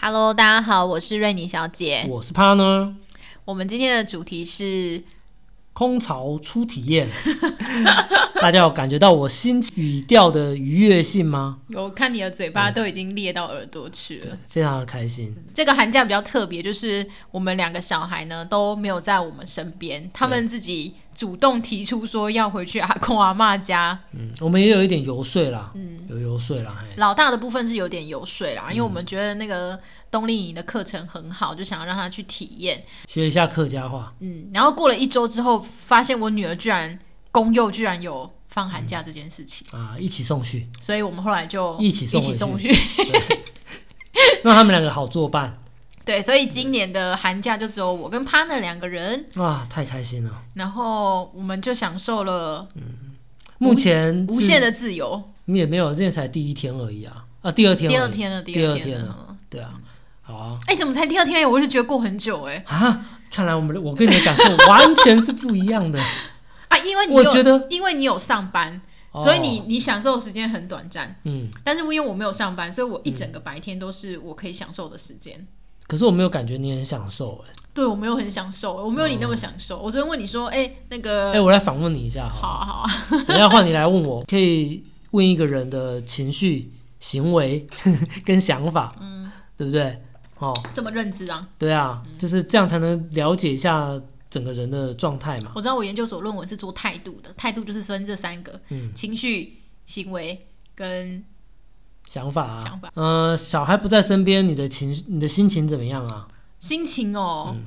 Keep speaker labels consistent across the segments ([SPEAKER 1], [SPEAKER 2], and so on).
[SPEAKER 1] Hello，大家好，我是瑞妮小姐。
[SPEAKER 2] 我是趴呢，
[SPEAKER 1] 我们今天的主题是
[SPEAKER 2] 空巢初体验， 大家有感觉到我新语调的愉悦性吗？
[SPEAKER 1] 我看你的嘴巴都已经裂到耳朵去了。
[SPEAKER 2] 非常的开心，
[SPEAKER 1] 这个寒假比较特别，就是我们两个小孩呢都没有在我们身边，他们自己主动提出说要回去阿啊公阿嬷家。
[SPEAKER 2] 嗯，我们也有一点游说啦，嗯，有游说啦，嘿，
[SPEAKER 1] 老大的部分是有点游说
[SPEAKER 2] 嗯
[SPEAKER 1] 啦，因为我们觉得那个冬令营的课程很好，就想要让他去体验。
[SPEAKER 2] 学一下客家话，
[SPEAKER 1] 嗯，然后过了一周之后，发现我女儿居然公幼居然有放寒假这件事情，
[SPEAKER 2] 啊，一起送去，
[SPEAKER 1] 所以我们后来就
[SPEAKER 2] 嗯一起送
[SPEAKER 1] 一起
[SPEAKER 2] 回
[SPEAKER 1] 送去。
[SPEAKER 2] 让他们两个好作伴，
[SPEAKER 1] 对，所以今年的寒假就只有我跟 partner 两个人，
[SPEAKER 2] 啊，太开心了。
[SPEAKER 1] 然后我们就享受了
[SPEAKER 2] 目前
[SPEAKER 1] 无限
[SPEAKER 2] 的
[SPEAKER 1] 的自由。
[SPEAKER 2] 也没有，今天才第一天而已啊，啊，第二天，
[SPEAKER 1] 第二，天了，
[SPEAKER 2] 第
[SPEAKER 1] 二
[SPEAKER 2] 二
[SPEAKER 1] 天
[SPEAKER 2] 天
[SPEAKER 1] 了。
[SPEAKER 2] 对啊，好啊，
[SPEAKER 1] 哎、怎么才第二天？我就觉得过很久哎、
[SPEAKER 2] 啊，看来我们的我跟你的感受完全是不一样的，
[SPEAKER 1] 啊，因为你
[SPEAKER 2] 我
[SPEAKER 1] 有
[SPEAKER 2] 觉得，
[SPEAKER 1] 因为你有上班， 所以你
[SPEAKER 2] 哦，
[SPEAKER 1] 你享受的时间很短暂。
[SPEAKER 2] 嗯，
[SPEAKER 1] 但是因为我没有上班，所以我一整个白天都是我可以享受的时间。
[SPEAKER 2] 可是我没有感觉你很享受，哎，
[SPEAKER 1] 对我没有很享受，我没有你那么享受。我昨天问你说，哎、那个，
[SPEAKER 2] 哦哎，我来访问你一下，好了
[SPEAKER 1] 好啊好啊，
[SPEAKER 2] 等一下换你来问我，可 以问一个人的情绪、行为 跟想法，嗯，对不对？哦，
[SPEAKER 1] 这么认知啊？
[SPEAKER 2] 对啊，就是这样才能了解一下整个人的状态嘛。
[SPEAKER 1] 我知道我研究所论文是做态度的，态度就是分这三个：
[SPEAKER 2] 嗯，
[SPEAKER 1] 情绪、行为跟
[SPEAKER 2] 想法啊，
[SPEAKER 1] 想法，
[SPEAKER 2] 呃，小孩不在身边，你的情绪、你的心情怎么样啊？
[SPEAKER 1] 心情哦。
[SPEAKER 2] 嗯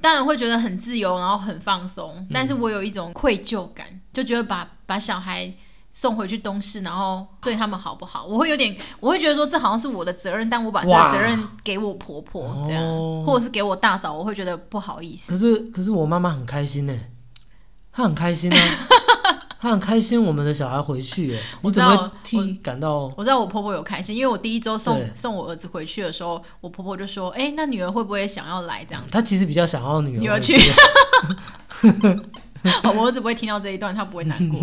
[SPEAKER 1] 当然会觉得很自由，然后很放
[SPEAKER 2] 嗯
[SPEAKER 1] 松，但是我有一种愧疚感，就觉得把把小孩送回去东市，然后对他们好不好？我会有点，我会觉得说这好像是我的责任，但我把这个
[SPEAKER 2] 哇
[SPEAKER 1] 责任给我婆婆这样，
[SPEAKER 2] 哦嗯
[SPEAKER 1] 或者是给我大嫂，我会觉得不好意思。
[SPEAKER 2] 可是，可是我妈妈很开心呢，她很 开心啊，她很开心我们的小孩回去耶，
[SPEAKER 1] 我
[SPEAKER 2] 你
[SPEAKER 1] 知
[SPEAKER 2] 怎
[SPEAKER 1] 道
[SPEAKER 2] 么会替感到？
[SPEAKER 1] 我知道我婆婆有开心，因为我第一周送
[SPEAKER 2] 对
[SPEAKER 1] 送我儿子回去的时候，我婆婆就说：“哎、那女儿会不会想要来？”这样，
[SPEAKER 2] 她其实比较想要女
[SPEAKER 1] 女儿
[SPEAKER 2] 儿回啊
[SPEAKER 1] 去哦我儿子不会听到这一段，他不会难过。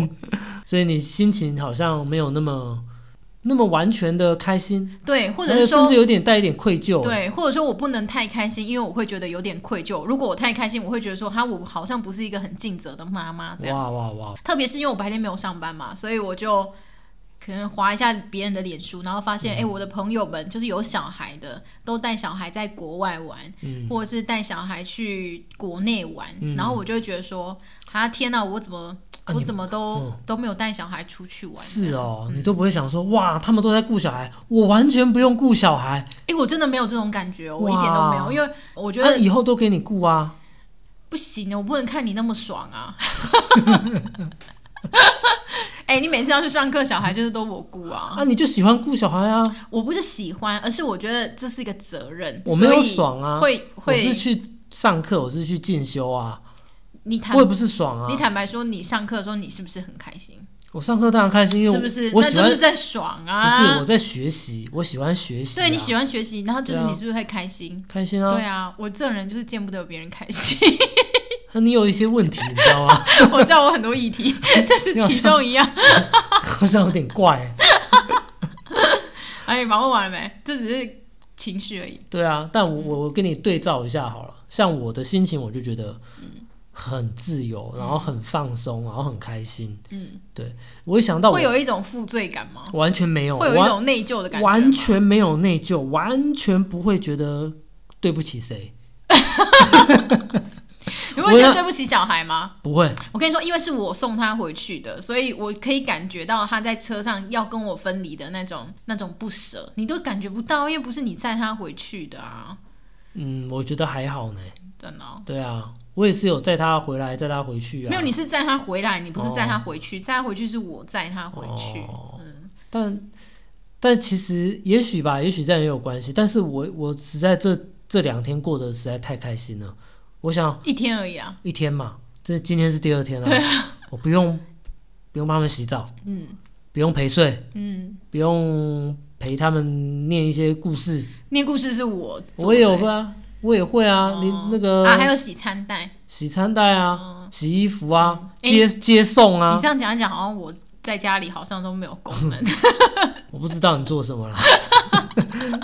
[SPEAKER 2] 所以你心情好像没有那么那么完全的开心，
[SPEAKER 1] 对，或者
[SPEAKER 2] 那
[SPEAKER 1] 是说
[SPEAKER 2] 甚至有点带一点愧疚。，
[SPEAKER 1] 对，啊或者说我不能太开心，因为我会觉得有点愧疚。如果我太开心，我会觉得说，哈，我好像不是一个很尽责的妈妈这样。
[SPEAKER 2] 哇哇哇！
[SPEAKER 1] 特别是因为我白天没有上班嘛，所以我就可能划一下别人的脸书，然后发现，哎、
[SPEAKER 2] 嗯
[SPEAKER 1] 我的朋友们就是有小孩的，都带小孩在国外玩，
[SPEAKER 2] 嗯，
[SPEAKER 1] 或者是带小孩去国内玩，
[SPEAKER 2] 嗯
[SPEAKER 1] 然后我就会觉得说，啊，天哪、我怎么、
[SPEAKER 2] 啊
[SPEAKER 1] 我
[SPEAKER 2] 你
[SPEAKER 1] 怎么都、
[SPEAKER 2] 嗯
[SPEAKER 1] 都没有带小孩出去玩？
[SPEAKER 2] 是哦，你都不会想说哇，他们都在顾小孩，我完全不用顾小孩，
[SPEAKER 1] 哎、我真的没有这种感觉哦，我一
[SPEAKER 2] 哇
[SPEAKER 1] 点都没有，因为我觉
[SPEAKER 2] 那
[SPEAKER 1] 得
[SPEAKER 2] 啊以后都给你顾啊。
[SPEAKER 1] 不行，我不能看你那么爽啊！ 哎、你每次要去上课，小孩就是都我顾啊，
[SPEAKER 2] 啊，你就喜欢顾小孩啊，
[SPEAKER 1] 我不是喜欢，而是我觉得这是一个责任，
[SPEAKER 2] 我没有
[SPEAKER 1] 所以
[SPEAKER 2] 爽啊
[SPEAKER 1] 会
[SPEAKER 2] 我是
[SPEAKER 1] 会，
[SPEAKER 2] 去上课，我是去进修啊，
[SPEAKER 1] 你坦
[SPEAKER 2] 我也不是爽啊
[SPEAKER 1] 你。坦白说，你上课的时候你是不是很开心？
[SPEAKER 2] 我上课当然开心，因为
[SPEAKER 1] 是不是？
[SPEAKER 2] 我
[SPEAKER 1] 那
[SPEAKER 2] 喜
[SPEAKER 1] 就
[SPEAKER 2] 欢
[SPEAKER 1] 是在爽
[SPEAKER 2] 不
[SPEAKER 1] 啊！
[SPEAKER 2] 是我在学习，我喜欢学习啊，
[SPEAKER 1] 对你喜欢学习，然后就是
[SPEAKER 2] 对啊
[SPEAKER 1] 你是不是会开心？
[SPEAKER 2] 开心
[SPEAKER 1] 对
[SPEAKER 2] 啊。
[SPEAKER 1] 啊，我这种人就是见不得别人开心，
[SPEAKER 2] 那啊你有一些问题，你知道吗？
[SPEAKER 1] 我知道我很多议题，这是其中一样。
[SPEAKER 2] 好像有点怪。
[SPEAKER 1] 哎，忙问完了没？这只是情绪而已。
[SPEAKER 2] 对啊，但
[SPEAKER 1] 嗯
[SPEAKER 2] 我我我跟你对照一下好了，像我的心情，我就觉得很自由，然后很放松，然后很开心。
[SPEAKER 1] 嗯，
[SPEAKER 2] 我一想到我
[SPEAKER 1] 会有一种负罪感吗？
[SPEAKER 2] 完全没有，
[SPEAKER 1] 会有一种内疚的感
[SPEAKER 2] 完
[SPEAKER 1] 觉吗
[SPEAKER 2] 完全没有内疚，完全不会觉得对不起谁，
[SPEAKER 1] 你会觉得对不起小孩吗？
[SPEAKER 2] 不会。
[SPEAKER 1] 我跟你说，因为是我送他回去的，所以我可以感觉到他在车上要跟我分离的那种那种不舍，你都感觉不到，因为不是你载他回去的啊，
[SPEAKER 2] 嗯，我觉得还好呢。
[SPEAKER 1] 真的哦、
[SPEAKER 2] 对啊，我也是有载他回来，载他回去啊。
[SPEAKER 1] 没有，你是载他回来，你不是载他
[SPEAKER 2] 哦
[SPEAKER 1] 回去，载他回去是我载他回去。
[SPEAKER 2] 哦
[SPEAKER 1] 嗯，
[SPEAKER 2] 但但其实也许吧，也许这样也有关系。但是我我实在这这两天过得实在太开心了。我想
[SPEAKER 1] 一天而已啊。
[SPEAKER 2] 一天嘛，这今天是第二天了、啊我不用不用帮他们洗澡，
[SPEAKER 1] 嗯
[SPEAKER 2] 不用陪睡，
[SPEAKER 1] 嗯，
[SPEAKER 2] 不用陪他们念一些故事，
[SPEAKER 1] 念故事是我做的，
[SPEAKER 2] 我也有吧，我也会啊。
[SPEAKER 1] 哦
[SPEAKER 2] 你那个
[SPEAKER 1] 啊，还有洗餐袋。
[SPEAKER 2] 洗餐袋啊，
[SPEAKER 1] 哦
[SPEAKER 2] 洗衣服啊，
[SPEAKER 1] 嗯
[SPEAKER 2] 接接送啊
[SPEAKER 1] 你这，样讲一讲，好像我在家里好像都没有功 能。
[SPEAKER 2] 我不知道你做什 么啦。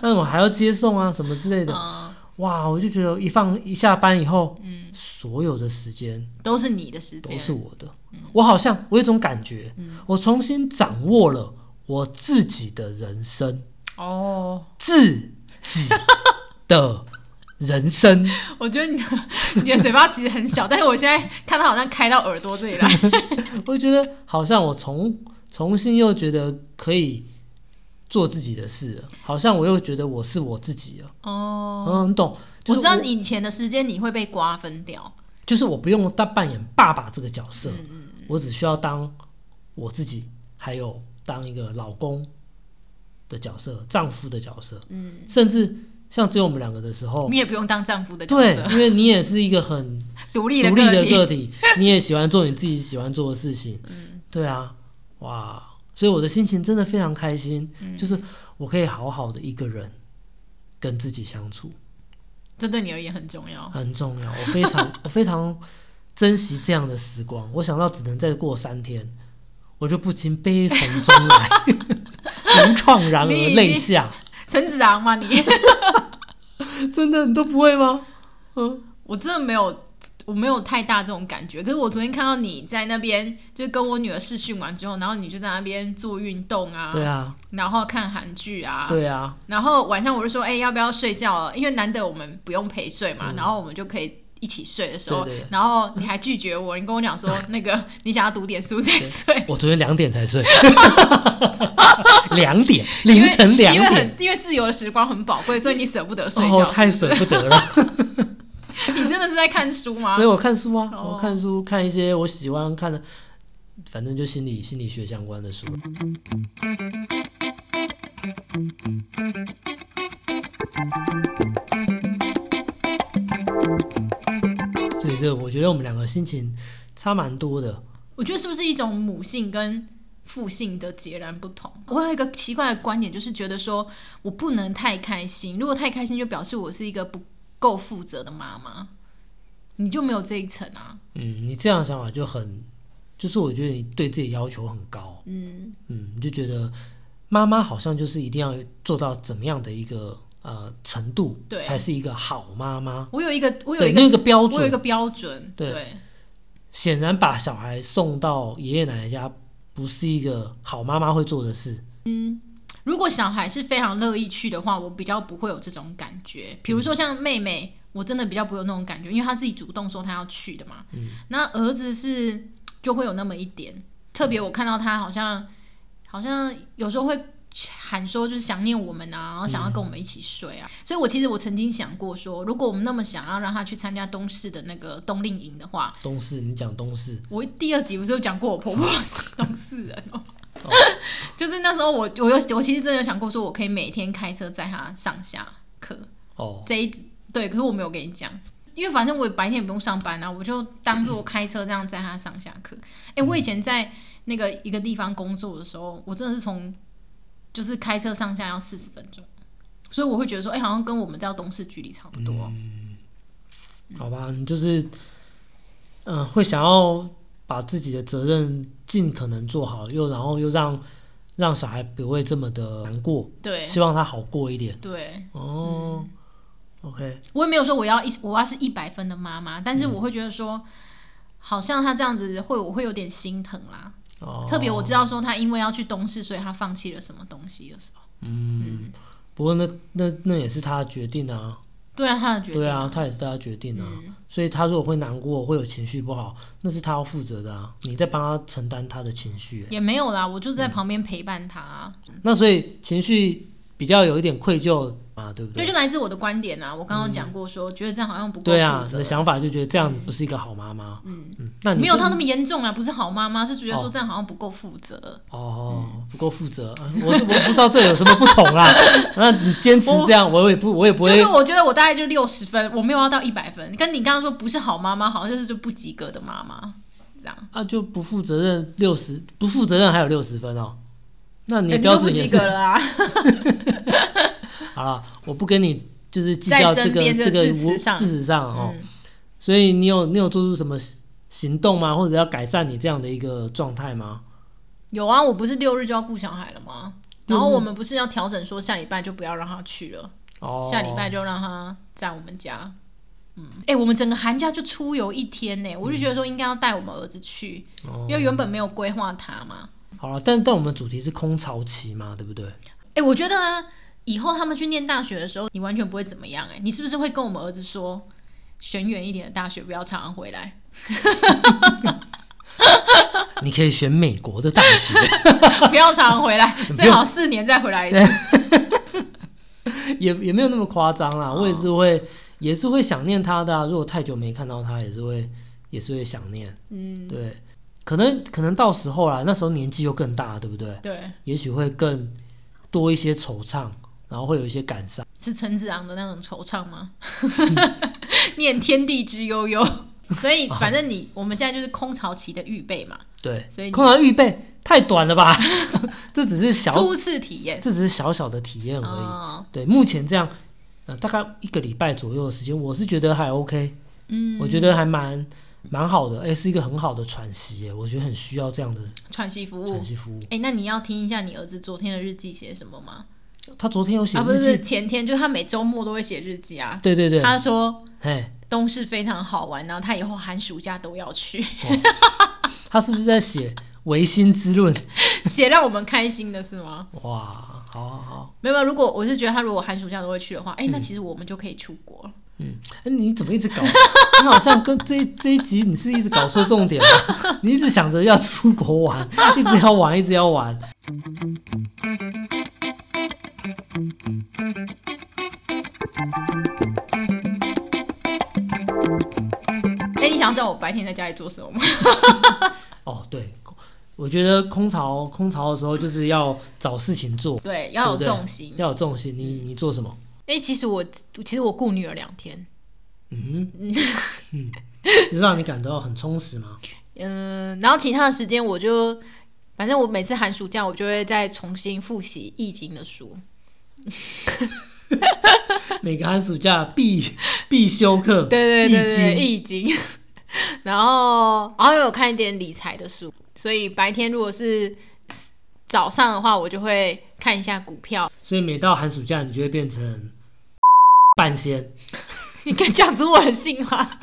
[SPEAKER 2] 那我还要接送啊，什么之类的。
[SPEAKER 1] 嗯，
[SPEAKER 2] 哇，我就觉得一放一下班以后，所有的时间
[SPEAKER 1] 都是你的时
[SPEAKER 2] 都
[SPEAKER 1] 间。
[SPEAKER 2] 是我的。我好像我有一种感觉，
[SPEAKER 1] 嗯
[SPEAKER 2] 我重新掌握了我自己的人生，
[SPEAKER 1] 哦，
[SPEAKER 2] 自己的 人生。
[SPEAKER 1] 我觉得你的你的嘴巴其实很小，但是我现在看它好像开到耳朵这里 来。
[SPEAKER 2] 我觉得好像我重重新又觉得可以做自己的事了，好像我又觉得我是我自己了。
[SPEAKER 1] 哦，
[SPEAKER 2] 嗯，你懂？就是、
[SPEAKER 1] 我知道你以前的时间你会被瓜分掉。
[SPEAKER 2] 就是我不用大扮演爸爸这个角色，我只需要当我自己，还有当一个老公的角色、丈夫的角色，嗯，甚至像只有我们两个的时候
[SPEAKER 1] 你，也不用当丈夫的角
[SPEAKER 2] 哦对
[SPEAKER 1] 色，，
[SPEAKER 2] 因为你也是一个很
[SPEAKER 1] 独立的
[SPEAKER 2] 独立
[SPEAKER 1] 个
[SPEAKER 2] 的
[SPEAKER 1] 体。
[SPEAKER 2] 个体， 你也喜欢做你自己喜欢做的事情，嗯，对啊，哇，所以我的心情真的非常开心，就是我可以好好的一个人跟自己相处，
[SPEAKER 1] 这对你而言很重要。
[SPEAKER 2] 很重要，我非常我非常珍惜这样的时光。我想到只能再过三天，我就不禁悲从中来， 能怆然而
[SPEAKER 1] 你已经
[SPEAKER 2] 泪下。
[SPEAKER 1] 陈子昂吗？你
[SPEAKER 2] 真的，你都不会吗？
[SPEAKER 1] 我真的没有，我没有太大这种感觉。可是我昨天看到你在那边，就是跟我女儿试训完之后，然后你就在那边做运动啊，
[SPEAKER 2] 对啊，
[SPEAKER 1] 然后看韩剧啊，
[SPEAKER 2] 对啊，
[SPEAKER 1] 然后晚上我就说，哎、要不要睡觉了？因为难得我们不用陪睡嘛，然后我们就可以。一起睡的时候，
[SPEAKER 2] 嗯对对对
[SPEAKER 1] 然后你还拒绝我，你跟我讲说那个你想要读点书再 睡，
[SPEAKER 2] 我昨天两点 才睡，两点，凌晨
[SPEAKER 1] 因为
[SPEAKER 2] 两
[SPEAKER 1] 因为
[SPEAKER 2] 点，
[SPEAKER 1] 很因为自由的时光很宝贵，所以你舍不得睡觉。
[SPEAKER 2] 哦，太舍不得了。
[SPEAKER 1] 你真的是在看书吗
[SPEAKER 2] 所以？我看书啊，
[SPEAKER 1] 哦
[SPEAKER 2] 我看书，看一些我喜欢看的，反正就心理心理学相关的书。所以这我觉得我们两个心情差蛮多的。
[SPEAKER 1] 我觉得是不是一种母性跟父性的截然不同？我有一个奇怪的观点，就是觉得说我不能太开心，如果太开心就表示我是一个不够负责的妈妈，你就没有这一层啊。
[SPEAKER 2] 嗯，你这样的想法就很，就是我觉得你对自己要求很高。
[SPEAKER 1] 嗯，
[SPEAKER 2] 嗯，你就觉得妈妈好像就是一定要做到怎么样的一个呃程度，
[SPEAKER 1] 对
[SPEAKER 2] 才是一个好妈妈。
[SPEAKER 1] 我有一个，我有
[SPEAKER 2] 对，
[SPEAKER 1] 一
[SPEAKER 2] 那个
[SPEAKER 1] 个，
[SPEAKER 2] 标
[SPEAKER 1] 我有一
[SPEAKER 2] 准
[SPEAKER 1] 个标准，
[SPEAKER 2] 对
[SPEAKER 1] 对
[SPEAKER 2] 显然把小孩送到爷爷奶奶家，不是一个好妈妈会做的事。
[SPEAKER 1] 如果小孩是非常乐意去的话，我比较不会有这种感
[SPEAKER 2] 嗯
[SPEAKER 1] 觉。比如说像妹妹，我真的比较不会有那种感觉，因为她自己主动说她要去的嘛。
[SPEAKER 2] 嗯
[SPEAKER 1] 那儿子是就会有那么一点，特别我看到他好像好像有时候会喊说就是想念我们啊，然后想要跟我们一起睡
[SPEAKER 2] 嗯
[SPEAKER 1] 啊。所以我其实我曾经想过说，如果我们那么想要让他去参加东市的那个冬令营的话，
[SPEAKER 2] 东市，你讲东市，
[SPEAKER 1] 我第二集不是有讲过我婆婆是东四人哦， 就是那时候我我有我其实真的有想过说我可以每天开车载她上下课
[SPEAKER 2] 哦，
[SPEAKER 1] 这一对，可是我没有跟你讲，因为反正我白天也不用上班啊，我就当做开车这样载她上下课。哎、我以前在那个一个地方工作的时候，我真的是从就是开车上下要四十分钟，所以我会觉得说，哎、好像跟我们到东市距离差不多。
[SPEAKER 2] 好吧，你就是，嗯、会想要把自己的责任尽可能做好，又然后又让让小孩不会这么的难过，
[SPEAKER 1] 对
[SPEAKER 2] 希望他好过一点。
[SPEAKER 1] 对，
[SPEAKER 2] 哦、o
[SPEAKER 1] 嗯
[SPEAKER 2] k
[SPEAKER 1] 我也没有说我要一我要是一百分的妈妈，但
[SPEAKER 2] 嗯
[SPEAKER 1] 是我会觉得说，好像她这样子会我会有点心疼啦。
[SPEAKER 2] 哦，
[SPEAKER 1] 特别我知道说她因为要去东市，所以她放弃了什么东西的时候，
[SPEAKER 2] 不过那那那也是他的决定啊，
[SPEAKER 1] 对啊，嗯她的决定。
[SPEAKER 2] 对啊，他也是他的决定啊，所以他如果会难过，会有情绪不好，那是他要负责的啊，你在帮他承担他的情绪欸、
[SPEAKER 1] 也没有啦，我就在旁边陪伴她啊、
[SPEAKER 2] 那所以情绪比较有一点愧疚啊，对不
[SPEAKER 1] 对，
[SPEAKER 2] 对？嗯
[SPEAKER 1] 就来自我的观点啊。我刚刚讲过说，觉得这样好像不够
[SPEAKER 2] 对
[SPEAKER 1] 负，
[SPEAKER 2] 啊你的
[SPEAKER 1] 责，
[SPEAKER 2] 想法就觉得这样不是一个好妈妈。嗯嗯，那你
[SPEAKER 1] 没有
[SPEAKER 2] 就
[SPEAKER 1] 到那么严重啊，不是好妈妈，是觉得说
[SPEAKER 2] 哦
[SPEAKER 1] 这样好像不够负责。
[SPEAKER 2] 哦，
[SPEAKER 1] 嗯
[SPEAKER 2] 不够负责，啊我我不知道这有什么不同 啦。那你坚持这样，我也不我也不
[SPEAKER 1] 就
[SPEAKER 2] 会
[SPEAKER 1] 是我觉得我大概就六十分，我没有要到一百分。跟你刚刚说不是好妈妈，好像就是就不及格的妈妈这样。
[SPEAKER 2] 啊，就不负责任六十，不负责任还有六十分哦。那你的
[SPEAKER 1] 感觉
[SPEAKER 2] 标
[SPEAKER 1] 就哎不
[SPEAKER 2] 准也
[SPEAKER 1] 及
[SPEAKER 2] 是
[SPEAKER 1] 格了啊！
[SPEAKER 2] 好了，我不跟你就是计较
[SPEAKER 1] 在
[SPEAKER 2] 这
[SPEAKER 1] 争
[SPEAKER 2] 个
[SPEAKER 1] 辩这
[SPEAKER 2] 这
[SPEAKER 1] 个
[SPEAKER 2] 个
[SPEAKER 1] 字词
[SPEAKER 2] 无
[SPEAKER 1] 上嗯
[SPEAKER 2] 字词上哦。所以你有你有做出什么行动吗？或者要改善你这样的一个状态吗？
[SPEAKER 1] 有啊，我不是六日就要顾小孩了吗？然后我们不是要调整说下礼拜就不要让他去了，
[SPEAKER 2] 哦，
[SPEAKER 1] 下礼拜就让他在我们家。嗯，哎、我们整个寒假就出游一天呢，我就觉得说应该要带我们儿子去，因为原本没有规划他嘛。
[SPEAKER 2] 好了，但但我们主题是空巢期嘛，对不 对？
[SPEAKER 1] 哎、我觉得啊，以后他们去念大学的时候，你完全不会怎么样哎、你是不是会跟我们儿子说，选远一点的大学，不要常常回来？
[SPEAKER 2] 你可以选美国的大学，
[SPEAKER 1] 不要常常回来，最好四年再回来一次。
[SPEAKER 2] 也也没有那么夸张啦。我也是
[SPEAKER 1] 哦
[SPEAKER 2] 会，也是会想念他的、啊。如果太久没看到他，也是会，也是会想念。嗯，对，可能可能到时候啦，那时候年纪又更大，对不对？
[SPEAKER 1] 对，
[SPEAKER 2] 也许会更多一些惆怅，然后会有一些感伤。
[SPEAKER 1] 是陈子昂的那种惆怅吗？ 念天地之悠悠。所以，
[SPEAKER 2] 哦
[SPEAKER 1] 反正你我们现在就是空巢期的预备嘛，
[SPEAKER 2] 对，
[SPEAKER 1] 所以你
[SPEAKER 2] 空巢预备太短了吧？ 这只是小，
[SPEAKER 1] 初次体验。
[SPEAKER 2] 这只是小小的体验而已。
[SPEAKER 1] 哦，
[SPEAKER 2] 对，目前这样，呃，大概一个礼拜左右的时间，我是觉得还 OK，嗯，我觉得还蛮蛮好的，哎、是一个很好的喘息，哎，我觉得很需要这样的
[SPEAKER 1] 喘息服务
[SPEAKER 2] 喘。息服务。
[SPEAKER 1] 哎、那你要听一下你儿子昨天的日记写什么吗？
[SPEAKER 2] 他昨天有写
[SPEAKER 1] 啊，不是不
[SPEAKER 2] 日记，
[SPEAKER 1] 是，前天就是他每周末都会写日记啊。
[SPEAKER 2] 对对对，
[SPEAKER 1] 他说
[SPEAKER 2] 哎，
[SPEAKER 1] 东市非常好玩，然后他以后寒暑假都要去，
[SPEAKER 2] 哦他是不是在写唯心之论？
[SPEAKER 1] 写让我们开心的是吗？
[SPEAKER 2] 哇，好好好，
[SPEAKER 1] 没有，没有如果我是觉得他如果寒暑假都会去的话，
[SPEAKER 2] 嗯
[SPEAKER 1] 哎、那其实我们就可以出国了。
[SPEAKER 2] 哎，你怎么一直搞？ 你好像跟这一这一集你是一直搞错重点了， 你一直想着要出国玩， 一直要玩，一直要玩。
[SPEAKER 1] 哎、你想知道我白天在家里做什么吗？
[SPEAKER 2] 哦，对，我觉得空巢空巢的时候就是要找事情做，
[SPEAKER 1] 对，要有
[SPEAKER 2] 对不对
[SPEAKER 1] 重心。
[SPEAKER 2] 要有重心。你你做什么？
[SPEAKER 1] 哎、其实我其实我顾女儿两天，
[SPEAKER 2] 嗯哼，嗯，让你感到很充实 吗？
[SPEAKER 1] 嗯，然后其他的时间我就，反正我每次寒暑假我就会再重新复习《易经》的书。
[SPEAKER 2] 每个寒暑假必必修课，
[SPEAKER 1] 对对对对，《
[SPEAKER 2] 易经
[SPEAKER 1] 易经》 然后，然后又有看一点理财的书，所以白天如果是早上的话，我就会看一下股票。
[SPEAKER 2] 所以每到寒暑假，你就会变成半仙。
[SPEAKER 1] 你敢讲出我的姓吗？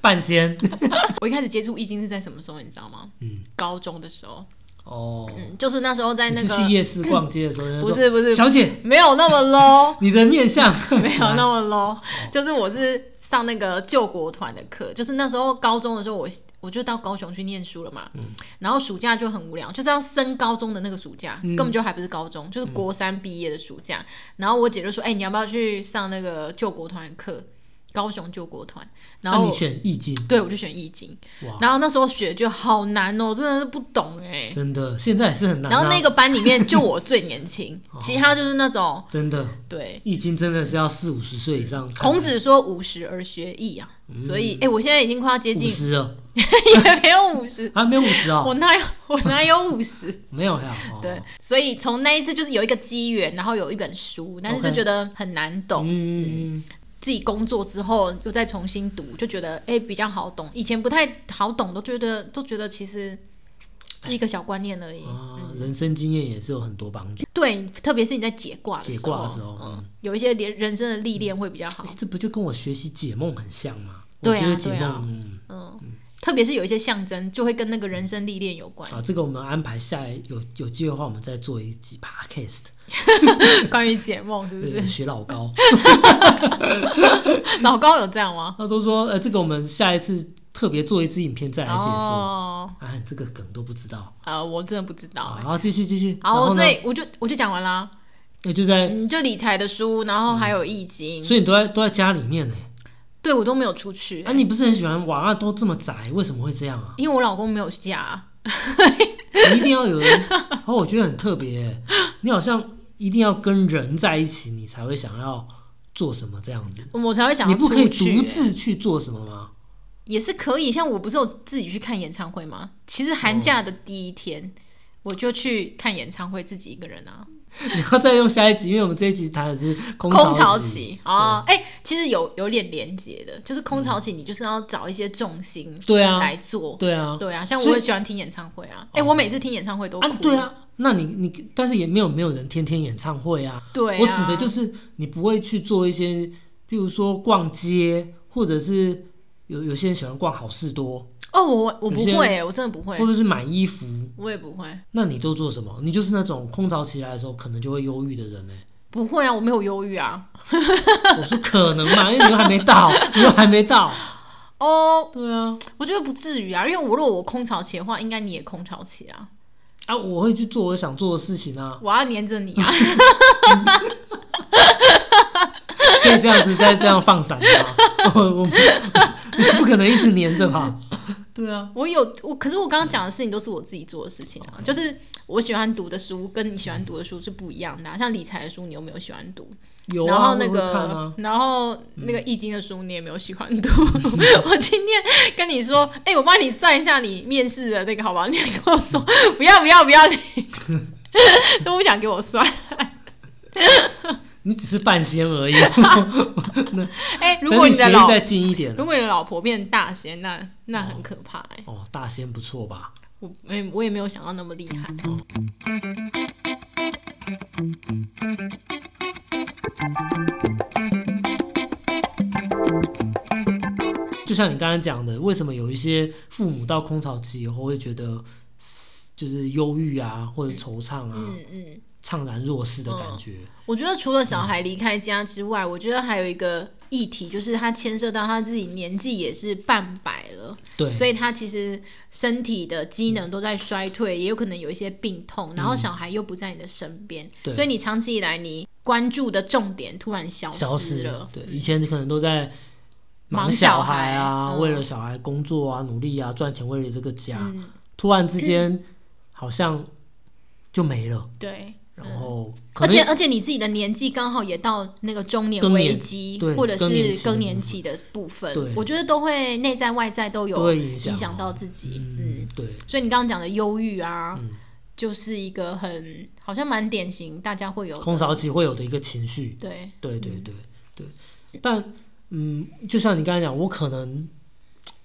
[SPEAKER 2] 半仙
[SPEAKER 1] 我一开始接触易经是在什么时候，你知道吗？
[SPEAKER 2] 嗯，
[SPEAKER 1] 高中的时候，
[SPEAKER 2] 哦，
[SPEAKER 1] 嗯，就是那时候在
[SPEAKER 2] 你
[SPEAKER 1] 那
[SPEAKER 2] 是去
[SPEAKER 1] 个
[SPEAKER 2] 夜市逛街的时候，人家
[SPEAKER 1] 不
[SPEAKER 2] 说
[SPEAKER 1] 是不是
[SPEAKER 2] 小姐，
[SPEAKER 1] 没有那么 low，
[SPEAKER 2] 你的面相
[SPEAKER 1] 没有那么 low，就是我是上那个救国团的课，就是那时候高中的时候我，我就到高雄去念书了
[SPEAKER 2] 嗯
[SPEAKER 1] 嘛，然后暑假就很无聊，就是要升高中的那个暑假，
[SPEAKER 2] 嗯
[SPEAKER 1] 根本就还不是高中，就是国三毕业的暑假，然后我姐就说，哎、你要不要去上那个救国团的课？高雄救国团，然
[SPEAKER 2] 那
[SPEAKER 1] 后
[SPEAKER 2] 你
[SPEAKER 1] 我
[SPEAKER 2] 选易经，
[SPEAKER 1] 对我就选易经
[SPEAKER 2] 哇，
[SPEAKER 1] 然后那时候学就好难哦，真的是不懂哎、
[SPEAKER 2] 真的现在也是很难啊。
[SPEAKER 1] 然后那个班里面就我最年 轻，
[SPEAKER 2] 哦
[SPEAKER 1] 其他就是那种
[SPEAKER 2] 真的
[SPEAKER 1] 对
[SPEAKER 2] 易经真的是要四五十岁以上才，
[SPEAKER 1] 孔子说五十而学艺啊，所以哎、诶我现在已经快要接
[SPEAKER 2] 嗯五
[SPEAKER 1] 近，
[SPEAKER 2] 十了，
[SPEAKER 1] 也没有五十，
[SPEAKER 2] 还没有五十哦，
[SPEAKER 1] 我哪有我哪有五十？
[SPEAKER 2] 没有还好。哦
[SPEAKER 1] 对，，所以从那一次就是有一个机缘，然后有一本书，但是就
[SPEAKER 2] OK
[SPEAKER 1] 觉得很难懂。
[SPEAKER 2] 嗯，
[SPEAKER 1] 自己工作之后又再重新读，就觉得哎、诶比较好懂。以前不太好懂，都觉得都觉得其实一个小观念而已。
[SPEAKER 2] 啊，人生经验也是有很多帮助。
[SPEAKER 1] 对，特别是你在解卦的
[SPEAKER 2] 解
[SPEAKER 1] 时
[SPEAKER 2] 卦
[SPEAKER 1] 候，
[SPEAKER 2] 的时候，嗯，
[SPEAKER 1] 有一些连人生的历练会比较好
[SPEAKER 2] 哎。这不就跟我学习解梦很像吗？
[SPEAKER 1] 对啊
[SPEAKER 2] 我觉得解
[SPEAKER 1] 对啊
[SPEAKER 2] 梦，嗯，
[SPEAKER 1] 特别是有一些象征，就会跟那个人生历练有关。
[SPEAKER 2] 啊，这个我们安排下来有有机会的话，我们再做一集 podcast，
[SPEAKER 1] 关于解梦，是不
[SPEAKER 2] 对
[SPEAKER 1] 是？
[SPEAKER 2] 学老高。
[SPEAKER 1] 老高有这样吗？
[SPEAKER 2] 那都说，呃，这个我们下一次特别做一支影片再来解说。
[SPEAKER 1] 哦，
[SPEAKER 2] 啊，你这个梗都不知道。
[SPEAKER 1] 呃，我真的不知道
[SPEAKER 2] 好，
[SPEAKER 1] 哎、
[SPEAKER 2] 然后继续继续。然
[SPEAKER 1] 好，
[SPEAKER 2] 后呢
[SPEAKER 1] 所以我就我就讲完啦。
[SPEAKER 2] 那就在，
[SPEAKER 1] 嗯，就理财的书，然后还有易经，
[SPEAKER 2] 所以你都在都在家里面呢。
[SPEAKER 1] 对我都没有出去、？
[SPEAKER 2] 啊，你不是很喜欢娃娃都这么宅，为什么会这样啊
[SPEAKER 1] 因为我老公没有假。
[SPEAKER 2] 你一定要 有人，哦，我觉得很特别耶，你好像一定要跟人在一起，你才会想要做什么这样子。
[SPEAKER 1] 我才会想
[SPEAKER 2] 你
[SPEAKER 1] 要
[SPEAKER 2] 不
[SPEAKER 1] 出
[SPEAKER 2] 可以
[SPEAKER 1] 去
[SPEAKER 2] 独自去做什么吗？
[SPEAKER 1] 也是可以。像我不是有自己去看演唱会吗？其实寒假的第一天，我就去看演唱会，自己一个人啊。
[SPEAKER 2] 你要再用下一集，因为我们这一集谈的是空
[SPEAKER 1] 空
[SPEAKER 2] 巢
[SPEAKER 1] 巢期哦，哎、其实有有点连结的，就是空巢期，你就是要找一些重心
[SPEAKER 2] 对啊，
[SPEAKER 1] 来做。
[SPEAKER 2] 对啊，
[SPEAKER 1] 对啊，像
[SPEAKER 2] 所
[SPEAKER 1] 我
[SPEAKER 2] 以哦
[SPEAKER 1] 也喜欢听演唱会啊，哎、我每次听演唱会都哭。
[SPEAKER 2] 啊，对，啊，那你你，但是也没有没有人天天演唱会啊。
[SPEAKER 1] 对啊，
[SPEAKER 2] 我指的就是你不会去做一些，譬如说逛街，或者是有有些人喜欢逛好事多，
[SPEAKER 1] 哦，我我
[SPEAKER 2] 有
[SPEAKER 1] 不
[SPEAKER 2] 些
[SPEAKER 1] 会、我真的不会
[SPEAKER 2] 或，者是买衣服，
[SPEAKER 1] 我也不会，
[SPEAKER 2] 那你都做什么？你就是那种空巢期来的时候可能就会忧郁的人呢、欸
[SPEAKER 1] 不会啊，我没有忧郁啊。
[SPEAKER 2] 我说可能嘛，因为你又还没到，你又还没到。
[SPEAKER 1] 哦，
[SPEAKER 2] 对啊，
[SPEAKER 1] 我觉得不至于啊，因为我如果我空巢期的话，应该你也空巢期啊。
[SPEAKER 2] 啊，我会去做我想做的事情啊，
[SPEAKER 1] 我要黏着你 啊！
[SPEAKER 2] 可以这样子再这样放闪的吗？ 我我不我不可能一直黏着吧？对啊，
[SPEAKER 1] 我有我，可是我刚刚讲的事情都是我自己做的事情啊，就是我喜欢读的书跟你喜欢读的书是不一样的、啊。像理财的书，你有没有喜欢读？
[SPEAKER 2] 有啊，
[SPEAKER 1] 然后那
[SPEAKER 2] 我会
[SPEAKER 1] 个，
[SPEAKER 2] 看啊，
[SPEAKER 1] 然后那个易经的书，你也没有喜欢读。 我今天跟你说，哎、我帮你算一下你面试的那个好不好？你还跟我 说不要不要不要，你 都不想给我算。
[SPEAKER 2] 你只是半仙而已。啊
[SPEAKER 1] 哎、如果
[SPEAKER 2] 等
[SPEAKER 1] 你
[SPEAKER 2] 你
[SPEAKER 1] 的
[SPEAKER 2] 学
[SPEAKER 1] 老
[SPEAKER 2] 历再近一点啊
[SPEAKER 1] 如果你的老婆变大仙，那那很可怕哎、
[SPEAKER 2] 哦，大仙不错吧？
[SPEAKER 1] 我没我也没有想到那么厉害。
[SPEAKER 2] 就像你刚才讲的，为什么有一些父母到空巢期以后会觉得就是忧郁啊，或者惆怅啊，
[SPEAKER 1] 嗯嗯。
[SPEAKER 2] 怅然若失的感觉？
[SPEAKER 1] 我觉得除了小孩离开家之外，我觉得还有一个议题，就是他牵涉到他自己年纪也是半百了，
[SPEAKER 2] 对，
[SPEAKER 1] 所以他其实身体的机能都在衰退，也有可能有一些病痛，然后小孩又不在你的身边，
[SPEAKER 2] 嗯对
[SPEAKER 1] 所以你长期以来你关注的重点突然消
[SPEAKER 2] 消
[SPEAKER 1] 失
[SPEAKER 2] 了
[SPEAKER 1] 了。。
[SPEAKER 2] 对，以前可能都在忙
[SPEAKER 1] 忙
[SPEAKER 2] 小
[SPEAKER 1] 小孩
[SPEAKER 2] 孩啊，
[SPEAKER 1] 嗯
[SPEAKER 2] 为了小孩工作啊，努力啊，赚钱，为了这个家，
[SPEAKER 1] 嗯，
[SPEAKER 2] 突然之间好像就没了，
[SPEAKER 1] 对。
[SPEAKER 2] 然后
[SPEAKER 1] 嗯
[SPEAKER 2] 可
[SPEAKER 1] 而
[SPEAKER 2] 能
[SPEAKER 1] 且而且你自己的年纪刚好也到那个中年
[SPEAKER 2] 更年
[SPEAKER 1] 危机
[SPEAKER 2] 对，
[SPEAKER 1] 或者
[SPEAKER 2] 更年期
[SPEAKER 1] 是
[SPEAKER 2] 的
[SPEAKER 1] 更年期的部分
[SPEAKER 2] 对，
[SPEAKER 1] 我觉得都会内在外在都
[SPEAKER 2] 都
[SPEAKER 1] 有
[SPEAKER 2] 会影响
[SPEAKER 1] 影响到
[SPEAKER 2] 哦
[SPEAKER 1] 自己。嗯
[SPEAKER 2] 嗯，对，
[SPEAKER 1] 所以你刚刚讲的忧郁啊，
[SPEAKER 2] 嗯
[SPEAKER 1] 就是一个很好像蛮典型，大家会有的
[SPEAKER 2] 空巢期会有的一个情绪。
[SPEAKER 1] 对，
[SPEAKER 2] 对对对对，但嗯，就像你刚才讲，我可能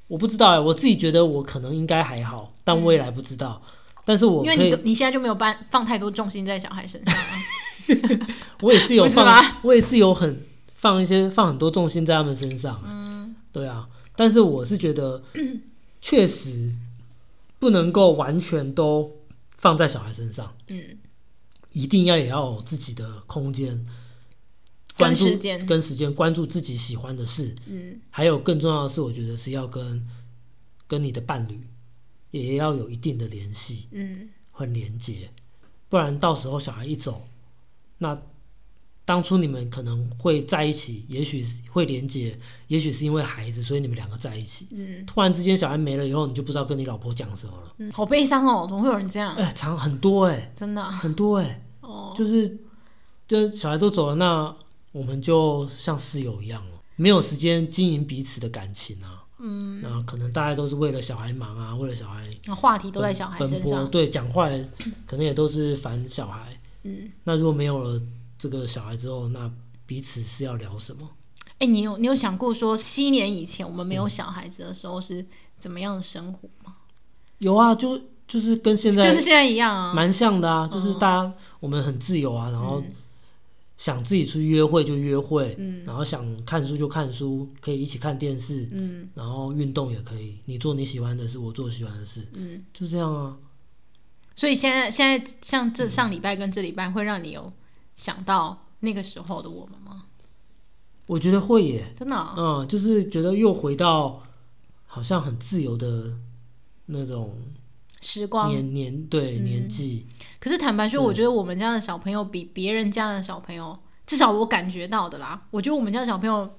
[SPEAKER 2] 我不知道哎，我自己觉得我可能应该还好，但未来不知道。但是我
[SPEAKER 1] 嗯因
[SPEAKER 2] 可
[SPEAKER 1] 为你
[SPEAKER 2] 以，
[SPEAKER 1] 你现在就没有办放太多重心在小孩身上啊，
[SPEAKER 2] 我也是有
[SPEAKER 1] 不是
[SPEAKER 2] 放
[SPEAKER 1] 吗，
[SPEAKER 2] 我也是有很放一些放很多重心在他们身上。嗯，对啊，但是我是觉得 确实不能够完全都放在小孩身上，
[SPEAKER 1] 嗯，
[SPEAKER 2] 一定要也要有自己的空间。
[SPEAKER 1] 跟
[SPEAKER 2] 关注
[SPEAKER 1] 时间
[SPEAKER 2] 跟时间，关注自己喜欢的事，
[SPEAKER 1] 嗯
[SPEAKER 2] 还有更重要的是，我觉得是要跟跟你的伴侣也要有一定的联系
[SPEAKER 1] 嗯，
[SPEAKER 2] 和连接，不然到时候小孩一走，那当初你们可能会在一起，也许是会连接，也许是因为孩子，所以你们两个在一起。
[SPEAKER 1] 嗯，
[SPEAKER 2] 突然之间小孩没了以后，你就不知道跟你老婆讲什么了。
[SPEAKER 1] 嗯好悲伤哦，怎么会有人这样？
[SPEAKER 2] 哎、常很多哎、
[SPEAKER 1] 真的啊、
[SPEAKER 2] 很多哎、
[SPEAKER 1] 哦，
[SPEAKER 2] 就是就小孩都走了，那我们就像室友一样了，没有时间经营彼此的感情啊。嗯，那可能大家都是为了小孩忙啊，为了小孩
[SPEAKER 1] 那话题都在小孩
[SPEAKER 2] 奔
[SPEAKER 1] 身
[SPEAKER 2] 波，
[SPEAKER 1] 上，
[SPEAKER 2] 对，讲话也可能也都是烦小孩。
[SPEAKER 1] 嗯，
[SPEAKER 2] 那如果没有了这个小孩之后，那彼此是要聊什么？
[SPEAKER 1] 哎、你有你有想过说七年以前我们
[SPEAKER 2] 嗯
[SPEAKER 1] 没有小孩子的时候是怎么样的生活吗？
[SPEAKER 2] 有啊，就就是跟现在
[SPEAKER 1] 跟现在一样啊，
[SPEAKER 2] 蛮像的啊，就是大家我们很自由啊，然后想自己出去约会就约会，
[SPEAKER 1] 嗯
[SPEAKER 2] 然后想看书就看书，可以一起看电视，
[SPEAKER 1] 嗯
[SPEAKER 2] 然后运动也可以，你做你喜欢的事，我做喜欢的事，
[SPEAKER 1] 嗯，
[SPEAKER 2] 就这样啊。
[SPEAKER 1] 所以现在现在像这上礼拜跟这礼拜，会让你有想到那个时候的我们吗？
[SPEAKER 2] 我觉得会耶，
[SPEAKER 1] 真的啊、
[SPEAKER 2] 嗯，就是觉得又回到好像很自由的那种
[SPEAKER 1] 时光。嗯
[SPEAKER 2] 年年对年纪，
[SPEAKER 1] 可是坦白说，
[SPEAKER 2] 嗯
[SPEAKER 1] 我觉得我们家的小朋友比别人家的小朋友，至少我感觉到的啦，我觉得我们家的小朋友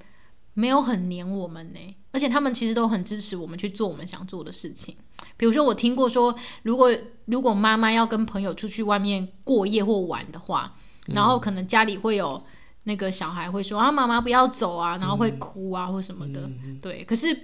[SPEAKER 1] 没有很黏我们呢、而且他们其实都很支持我们去做我们想做的事情。比如说，我听过说，如果如果妈妈要跟朋友出去外面过夜或玩的话，然后可能家里会有那个小孩会说啊，妈妈不要走啊，然后会哭啊或什么的。对，可是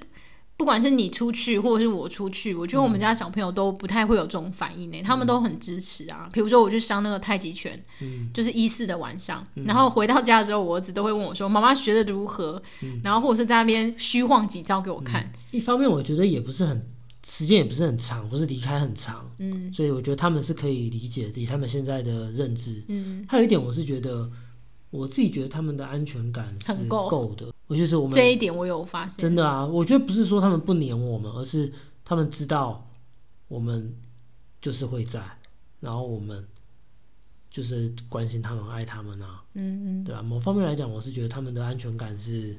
[SPEAKER 1] 不管是你出去或者是我出去，我觉得我们
[SPEAKER 2] 嗯
[SPEAKER 1] 家小朋友都不太会有这种反应呢、欸他们都很支持啊。比如说我去上那个太极拳，
[SPEAKER 2] 嗯
[SPEAKER 1] 就是一四的晚上，然后回到家的时候，我儿子都会问我说：“妈妈学的如何？”
[SPEAKER 2] 嗯
[SPEAKER 1] 然后或者是在那边虚晃几招给我看。
[SPEAKER 2] 一方面我觉得也不是很时间也不是很长，不是离开很长，嗯，所以我觉得他们是可以理解的，以他们现在的认知，嗯，还有一点我是觉得我自己觉得他们的安全感是
[SPEAKER 1] 很够
[SPEAKER 2] 够的，我就是我们
[SPEAKER 1] 这一点我有发现，
[SPEAKER 2] 真的啊，我觉得不是说他们不黏我们，而是他们知道我们就是会在，然后我们就是关心他们、爱他们啊，嗯嗯，对啊，某方面来讲，我是觉得他们的安全感是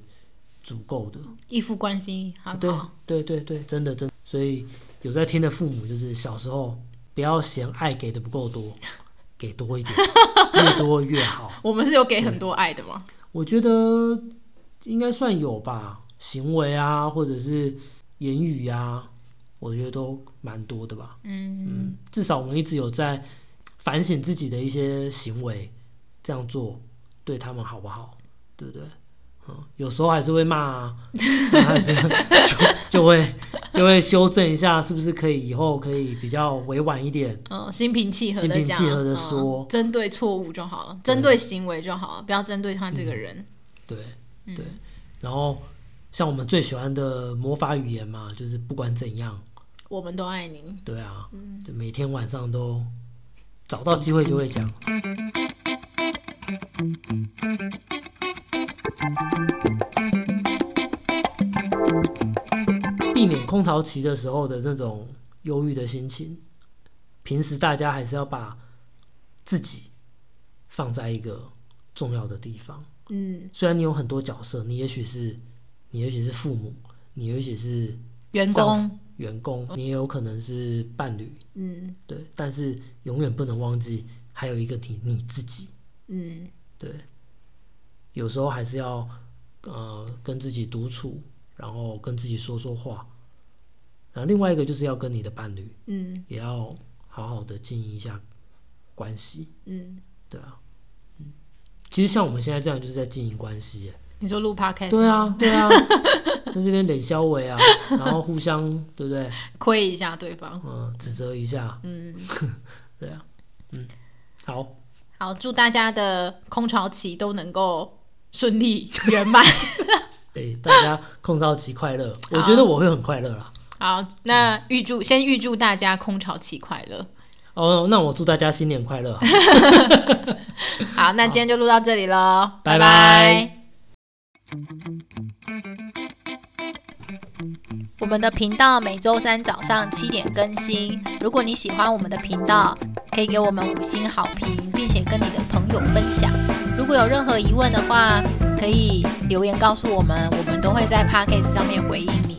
[SPEAKER 2] 足够的，
[SPEAKER 1] 一副关心很
[SPEAKER 2] 对
[SPEAKER 1] 好。
[SPEAKER 2] 对对对，真的真的所以有在听的父母，就是小时候不要嫌爱给的不够多，给 多一点，越多越好。
[SPEAKER 1] 我们是有给很多爱的嘛？
[SPEAKER 2] 我觉得应该算有吧，行为啊，或者是言语啊，我觉得都蛮多的吧。
[SPEAKER 1] 嗯，
[SPEAKER 2] 嗯，至少我们一直有在反省自己的一些行为，这样做对他们好不好，对不对？嗯，有时候还是会骂啊，然后还是就就会就会修正一下，是不是可以以后可以比较委婉一点？
[SPEAKER 1] 嗯，心平气和的
[SPEAKER 2] 心平
[SPEAKER 1] 讲，
[SPEAKER 2] 气和地说
[SPEAKER 1] 嗯针对错误就好了，针对行为就好了，不要针对他这
[SPEAKER 2] 嗯
[SPEAKER 1] 个人。
[SPEAKER 2] 对对，然后像我们最喜欢的魔法语言嘛，就是不管怎样。
[SPEAKER 1] 我们都爱你。
[SPEAKER 2] 对啊，就每天晚上都找到机会就会讲。避免空巢期的时候的那种忧郁的心情，平时大家还是要把自己放在一个重要的地方。
[SPEAKER 1] 嗯，
[SPEAKER 2] 虽然你有很多角色，你也许是你也许是父母，你也许是
[SPEAKER 1] 员
[SPEAKER 2] 丈
[SPEAKER 1] 工，
[SPEAKER 2] 员工，你也有可能是伴侣，
[SPEAKER 1] 嗯
[SPEAKER 2] 对，但是永远不能忘记还有一个你你自己，
[SPEAKER 1] 嗯，
[SPEAKER 2] 对，有时候还是要呃跟自己独处，然后跟自己说说话，然后另外一个就是要跟你的伴侣，
[SPEAKER 1] 嗯，
[SPEAKER 2] 也要好好的经营一下关系，
[SPEAKER 1] 嗯，
[SPEAKER 2] 对啊，嗯，其实像我们现在这样就是在经营关系耶，
[SPEAKER 1] 你说录 podcast，
[SPEAKER 2] 对
[SPEAKER 1] 吗，
[SPEAKER 2] 啊，对啊，在这边冷消委啊，然后互相对不对，
[SPEAKER 1] 亏一下对方。
[SPEAKER 2] 嗯、指责一下，嗯， 对啊，嗯，好。
[SPEAKER 1] 好，祝大家的空巢期都能够顺利圆满。
[SPEAKER 2] 对，大家空巢期快乐，我觉得我会很快乐啦。
[SPEAKER 1] 好，那预祝先预祝大家空巢期快乐。
[SPEAKER 2] 哦，那我祝大家新年快乐好了。
[SPEAKER 1] 好，那今天就录到这里喽，
[SPEAKER 2] 拜拜
[SPEAKER 1] 拜。我们的频道每周三早上七点更新。如果你喜欢我们的频道，可以给我们五星好评，并且跟你的朋友分享。如果有任何疑问的话，可以留言告诉我们，我们都会在 Podcast 上面回应你。